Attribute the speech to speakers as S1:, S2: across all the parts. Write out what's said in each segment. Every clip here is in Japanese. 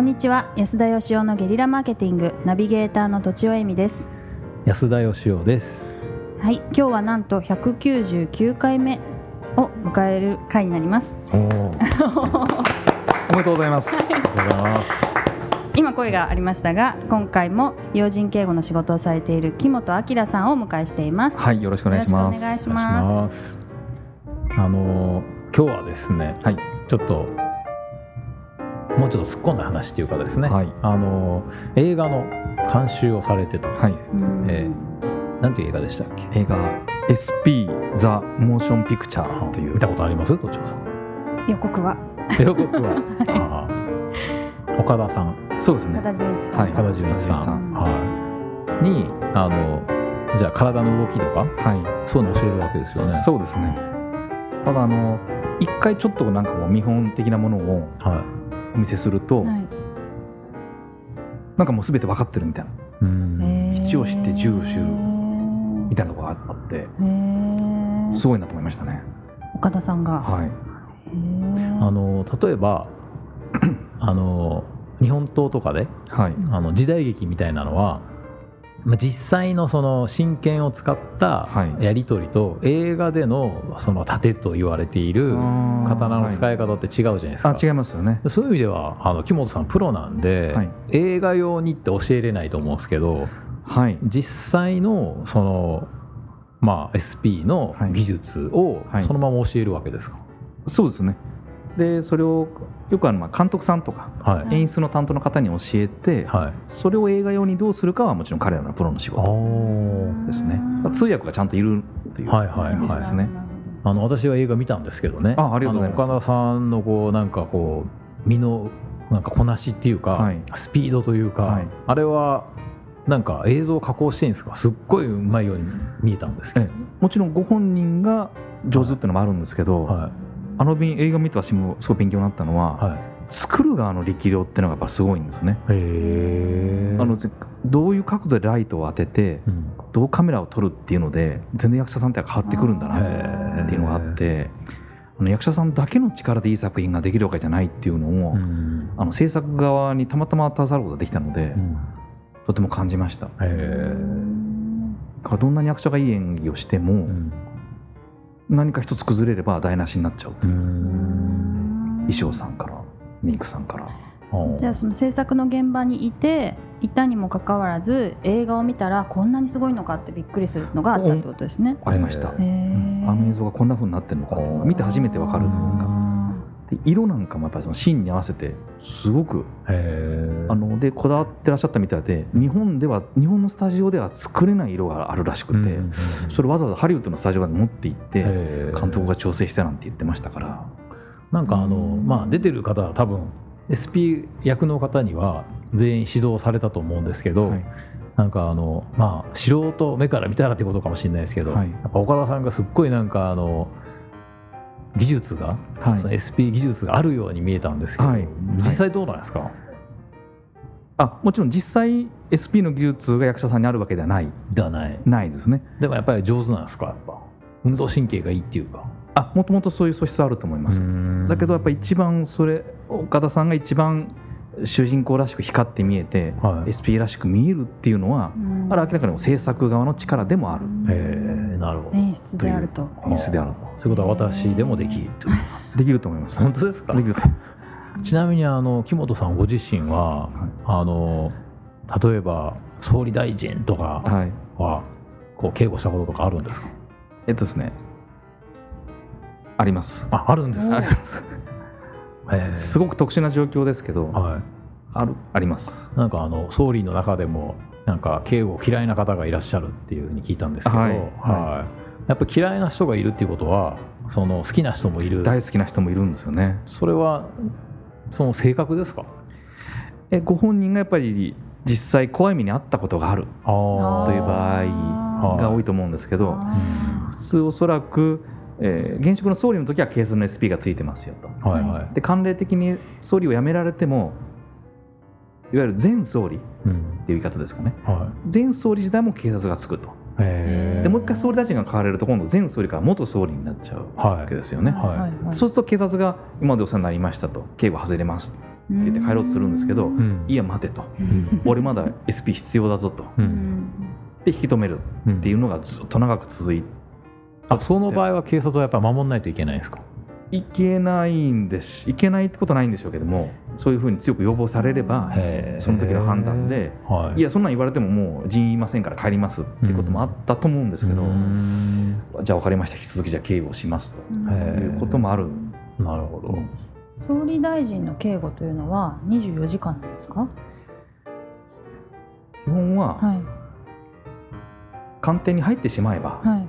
S1: んにちは安田義雄のゲリラマーケティングナビゲーターの土地尾恵美です
S2: 安田義雄です。
S1: はい今日はなんと199回目を迎える回になります
S3: おお。おめでとうございま
S2: おは
S3: す。
S2: ようございます。
S1: 今声がありましたが今回も要人警護の仕事をされている木本明さんをお迎えしています
S3: はい、よろしくお願いしま
S1: よろしくお願いし
S3: す。
S2: お願いします。あのー今日はですね、
S3: はい
S2: ちょっともうちょっと突っ込んだ話というかですね、
S3: はい
S2: あのー映画の監修をされてた、
S3: はい、
S1: うん
S2: えなんていう映画でしたっけ？
S3: 映画 SP ザモーションピクチャーという
S2: 見たことあります？どっちもさん。
S1: 予告は
S2: 予告はあー岡田さん。
S3: そうです
S1: 多
S3: ね。
S1: 田純一さん、
S3: はい
S2: 岡田純一さん
S3: 岡田
S2: はい、にあのじゃあ体の動きとか
S3: は
S2: そういうの教えるわけです
S3: い、
S2: よね。
S3: そうですね。ただあの一回ちょっとなんかこう見本的なものを
S2: はい
S3: お見せすると、
S1: はい
S3: なんかもうすべて分かってるみたいな
S2: うん
S3: 一押しって十押しみ
S1: み
S3: たいなところがあって、
S1: いな
S3: すごいなと思いましたね。
S1: 岡田さんが、
S3: はい。
S1: へー
S2: あの例えば あの日本刀とかで
S3: はい。
S2: あの時代劇みたいなのはまあ実際のその真剣を使った
S3: はい
S2: やり取りと、映画でのその盾と言われている刀の使
S3: い。
S2: い方って違うじゃないですか、
S3: あ、違いますよね。
S2: そういう意味ではあの木本さんプロなんで、
S3: はい
S2: 映画用にって教えれないと思うんですけど
S3: はい。
S2: 実際のその、まあ、SP の
S3: はい
S2: 技術を
S3: はい
S2: そのまま教えるわけですか、
S3: そうですね。で、それをよくあのまあ監督さんとか
S2: はい
S1: はい
S3: 演出の担当の方に教えて、
S2: はい、
S3: それを映画用にどうするかはもちろん彼らのプロの仕事
S2: あ
S3: ですねだから通訳がちゃんといるという、
S2: はいはい
S3: イメージですね
S2: あの私は映画見たんですけどね
S3: あありがとうございます
S2: あの岡田さんのこうなんかこう身のなんかこなしっていうか、
S3: はい
S2: スピードというか、
S3: はい
S2: あれはなんか映像加工してるんですかすっごいうまいように見えたんですけど、
S3: えもちろんご本人が上手ってのもあるんですけど、
S2: は
S3: あの便映画見て私もすごい勉強になったのは、
S2: いはい、
S3: 作る側の力量ってのがやっぱすごいんですね、
S2: へえ
S3: あのぜどういう角度でライトを当てて
S2: うん
S3: どうカメラを撮るっていうので全然役者さんって変わってくるんだ
S1: あ
S3: な
S2: ー
S3: っていうのがあってあの役者さんだけの力でいい作品ができるわけじゃないっていうのを、
S2: うん
S3: あの制作側にたまたま携わることができたので、
S2: うん
S3: とても感じました
S2: へえ
S3: どんなに役者がいい演技をしても、
S2: うん
S3: 何か一つ崩れれば台無しになっちゃうと
S2: う
S3: いう、
S2: ん
S3: 衣装さんからメイクさんから
S2: あ
S1: じゃあその制作の現場にいていたにもかかわらず映画を見たらこんなにすごいのかってびっくりするのがあったってことですね。
S3: ありました、
S2: へ
S3: う
S2: ー
S3: んあの映像がこんな風になってるのかっていうのが見て初めてわかるというかで色なんかもやっぱりそのシーンに合わせてすごく
S2: へえ
S3: あのでこだわってらっしゃったみたいで日本では日本のスタジオでは作れない色があるらしくて、
S2: うん
S3: それわざわざハリウッドのスタジオまで持って行って、
S2: へえ
S3: 監督が調整したなんて言ってましたから
S2: なんかあの、
S1: うん
S2: まあ、出てる方は多分 SP 役の方には全員指導されたと思うんですけど、
S3: はい
S2: なんかあの、まあ、素人目から見たらってことかもしれないですけど、
S3: はい
S2: やっぱ岡田さんがすっごいなんかあの技術が、
S3: はい
S2: その SP 技術があるように見えたんですけど、
S3: はい
S2: 実際どうなんですか、
S3: あもちろん実際 SP の技術が役者さんにあるわけではない
S2: ではない
S3: ないですね
S2: でもやっぱり上手なんですかやっぱ運動神経がいいっていうか。
S3: あもともとそういう素質はあると思います、だけどやっぱ
S2: り、
S3: 一番それ岡田さんが一番主人公らしく光って見えて、
S2: はい
S3: SP らしく見えるっていうのは、あれ明らかに制作側の力でもある
S2: えー、なるほど
S1: 演出であると。
S3: 演出である
S2: そういうことは私でもできると
S3: できると思います
S2: 本当ですか
S3: できると
S2: ちなみにあの木本さんご自身は、
S3: はい
S2: あの例えば総理大臣とか
S3: はい
S2: はこう警護したこととかあるんですか
S3: えっとですねあり ます
S2: ああるんです
S1: お
S2: か
S3: あります
S2: え
S3: すごく特殊な状況ですけど
S2: は
S3: あるあります
S2: い、なんかあの総理の中でもなんか警護嫌いな方がいらっしゃるっていうふうに聞いたんですけど、
S3: はい
S2: いやっぱ嫌いな人がいるっていうことはその好きな人もいる
S3: 大好きな人もいるんですよね
S2: それはその性格ですか
S3: えご本人がやっぱり実際怖い目に遭ったことがある
S2: あ
S3: ーという
S2: ば
S3: 場合
S2: あー
S3: が多いと思うんですけど
S1: あ
S3: 普通おそらく、えー現職の総理の時は警察の SP がついてますよと
S2: はいはい、
S3: で慣例的に総理を辞められてもいわゆる前総理って
S2: うん
S3: いう言い方ですかね
S2: は
S3: 前総理時代も警察がつくと
S2: いへー
S3: でもう一回総理大臣が変われると今度前総理から元総理になっちゃうわ
S2: は
S3: けですよ
S1: ー
S3: ね、
S2: はい
S1: はいはい
S3: そうすると警察が今までお世話になりましたと警護外れますって言って帰ろうとするんですけど、
S2: うん
S3: いや待てと
S2: ん
S3: 俺まだ SP 必要だぞと
S1: う
S2: う
S1: んん
S3: で引き止める
S2: うん
S3: っていうのがずっと長く続い
S2: あその場合は警察はやっぱり守んないといけないんですか
S3: いけないんですいけないってことはないんでしょうけどもそういうふうに強く要望されれば
S2: へー
S3: その時の判断で
S2: はい
S3: いやそんなん言われてももう人員いませんから帰りますってこともあったと思うんですけど、
S2: うん
S3: じゃあ分かりました引き続きじゃあ警護をしますと
S1: うん
S2: へ
S3: いうこともある
S2: なるほ
S3: と思うん
S2: ど
S3: です。
S1: 総理大臣の警護というのは24時間なんですか？
S3: 基本は
S1: はい
S3: 官邸に入ってしまえば、
S1: はい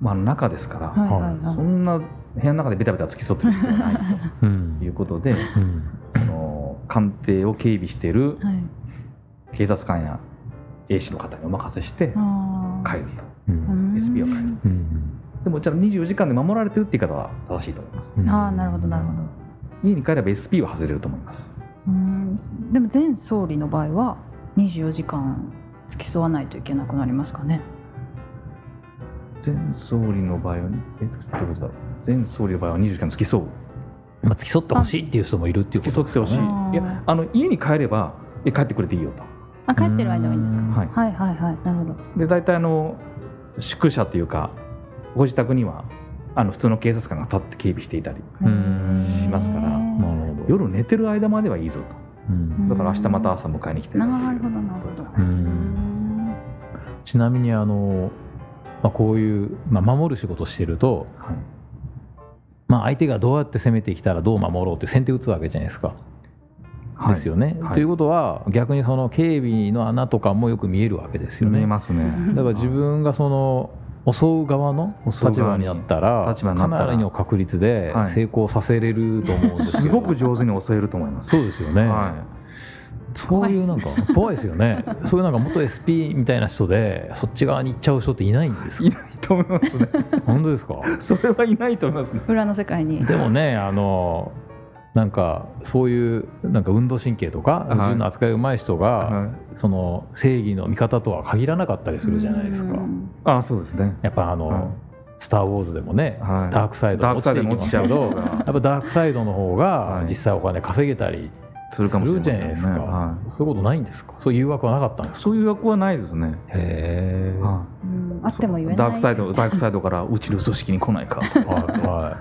S3: まあ、中ですから、
S1: はいはい
S2: い
S1: はい
S3: そ。んな部屋の中でベタベタ付き添ってる必要はない
S2: うん
S3: ということで
S2: うん
S3: その官邸を警備している
S1: はい。
S3: 警察官や衛視の方にお任せして
S1: あ
S3: 帰ると
S1: ー
S2: う
S1: うんん
S3: SP を帰る
S2: うん
S3: でもじゃあ24時間で守られてるって言い方は正しいと思います
S2: うん
S1: ああなるほどなるほど。
S3: 家に帰れば SP は外れると思います
S1: うんでも前総理の場合は24時間付き添わないといけなくなりますかね。
S3: 前総理の場合はねえどういうことだろう前総理の場合は24時間付き添う
S2: まあ付き添ってほしいっていう人もいるっていうことですよ
S3: 付き添って
S2: ね
S1: あー
S3: いやあの家に帰ればえ帰ってくれていいよと
S1: あ帰ってる間はいいんですか
S2: う。ん
S3: はい
S1: はいはいはいなるほど。
S3: で大体あの宿舎というかご自宅にはあの普通の警察官が立って警備していたり
S2: うん
S1: へー
S3: しますから
S2: なるほど
S3: 夜寝てる間まではいいぞ
S2: うん
S3: とだから明日また朝迎えに来て
S1: なるほどなる
S3: と
S1: ほ
S3: で
S1: ど
S3: すか。
S2: う
S3: ね
S2: んちなみにあの、まあ、こういう、まあ、守る仕事してると、
S3: はい
S2: まあ、相手がどうやって攻めてきたらどう守ろうって先手打つわけじゃないですか。
S3: はい
S2: ですよね。
S3: はい
S2: ということは逆にその警備の穴とかもよく見えるわけですよ
S3: 見え
S2: ね。
S3: ますね
S2: だから自分がその襲う側の
S3: 襲う側に
S2: 立場になったら
S3: 立場にな
S2: か
S3: ったら
S2: なりの確率で
S3: はい
S2: 成功させれると思うんですよ
S3: すごく上手に襲えると思います
S2: そうですよね、
S3: は
S2: そういうなんか怖いですよねそういうなんか元 SP みたいな人でそっち側に行っちゃう人っていないんです
S3: い
S2: か
S3: ないと思います ね
S2: 本当ですか
S3: それはいないと思いますね
S1: 裏の世界に。
S2: でもねあのなんかそういうなんか運動神経とか
S3: はい
S2: 銃の扱いうまい人が、
S3: はい
S2: その正義の味方とは限らなかったりするじゃないですか
S1: うん
S3: ああそうですね
S2: やっぱあの、
S3: はい
S2: スター・ウォーズ」でもね、
S3: はい
S2: ダークサイド
S3: ダークサイドに
S2: 落
S3: 落
S2: ち
S3: ち
S2: て
S3: ち
S2: い
S3: ゃ
S2: き
S3: う
S2: ます
S3: 人
S2: けどやっ
S3: が
S2: ぱダークサイドの方
S3: は
S2: が
S3: い
S2: 実際お金稼げたり、
S3: するかもしれませんよ
S2: するじゃないですか
S3: は
S2: そういうことないんですかそういう誘惑はなかったんで
S3: い
S2: すか
S3: そういう役はないですね
S2: へえ、
S3: は
S1: うん
S3: い
S1: あっても言えない。
S3: ダークサイドダークサイドからうちの組織に来ないかと
S2: はいは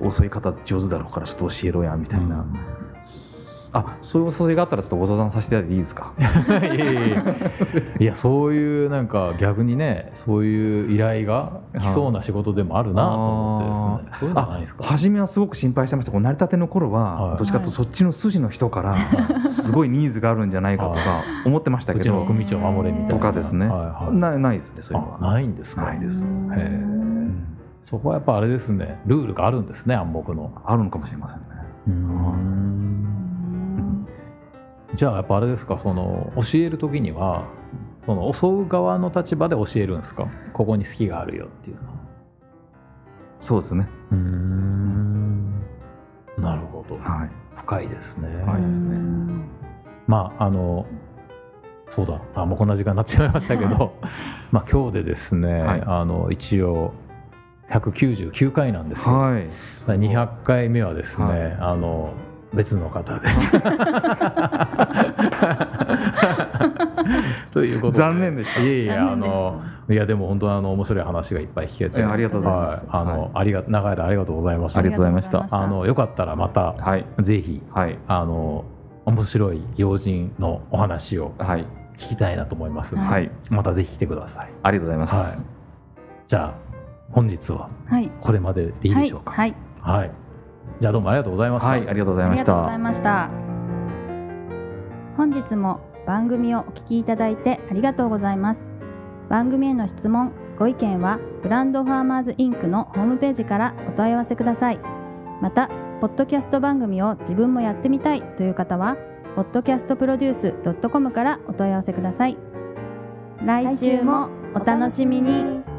S3: お前襲い方上手だろうからちょっと教えろやみ
S2: い
S3: たいな、すあそういう誘いがあったらちょっとご相談させていただいていいですか
S2: いやいやいやいやそういうなんか逆にねそういう依頼が来そうな仕事でもあるなと思ってですねそういうのはないですか
S3: 初めはすごく心配してましたこう成り立ての頃は、
S2: はい
S3: どっちかというとそっちの筋の人からすごいニーズがあるんじゃないかとか思ってました
S2: う
S3: け
S2: ちの
S3: ど
S2: 組長守れみたいな
S3: とかですね
S2: はいはい
S3: なないですねそういうの
S2: あ
S3: は
S2: ないんですか
S3: ないです
S1: うん
S2: へ
S3: う
S2: ー
S3: ん
S2: そこはやっぱあれですねルールがあるんですね暗黙の
S3: あるのかもしれませんね
S1: うん
S2: じゃあやっぱあれですかその教える時にはその襲う側の立場で教えるんですかここに隙があるよっていうのは
S3: そうですね
S2: うんなるほど
S3: はい
S2: 深いですね、
S3: 深いですね
S1: うん
S2: まああのそうだあもうこんな時間になってしまいましたけど まあ今日でですね、
S3: はい
S2: あの一応199回なんですけど、
S3: はい
S2: 200回目はですね、
S3: はい
S2: あの別の方 で。ということで
S3: 残念でした
S2: いやいやあ
S1: 残念でした
S2: のいやでも本当にあの面白い話がいっぱい聞けて、
S3: えありがとうございま
S2: は
S3: す
S2: いあの、
S3: はい
S2: ありが長い間ありがとうございました。
S3: ありがとうございました
S1: ありがとうござ
S2: あのよかったらまた
S3: はい
S2: ぜひ
S3: はい
S2: あの面白い要人のお話を
S3: はい
S2: 聞きたいなと思いますので、
S1: は
S3: はい
S2: またぜひ来てください。
S3: ありがとうございます、
S2: はいじゃあ本日は
S1: はい。
S2: これまででいいでしょうか。
S1: はい。
S2: はい。じゃあどうもありがとうございました。
S3: はい、ありがとうござい
S1: あ
S3: ま
S1: り
S3: し
S1: がとうござ
S3: た
S1: い。ました。本日も番組をお聞きいただいてありがとうございます。番組への質問、ご意見はブランドファーマーズインクのホームページからお問い合わせください。また、ポッドキャスト番組を自分もやってみたいという方は、podcastproduce.com からお問い合わせください。来週もお楽しみに。